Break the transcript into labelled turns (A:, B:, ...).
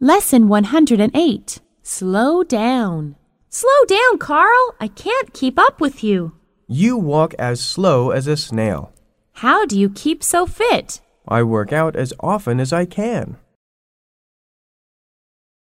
A: Lesson 108 Slow Down.
B: Slow down, Carl. I can't keep up with you.
C: You walk as slow as a snail.
B: How do you keep so fit?
C: I work out as often as I can.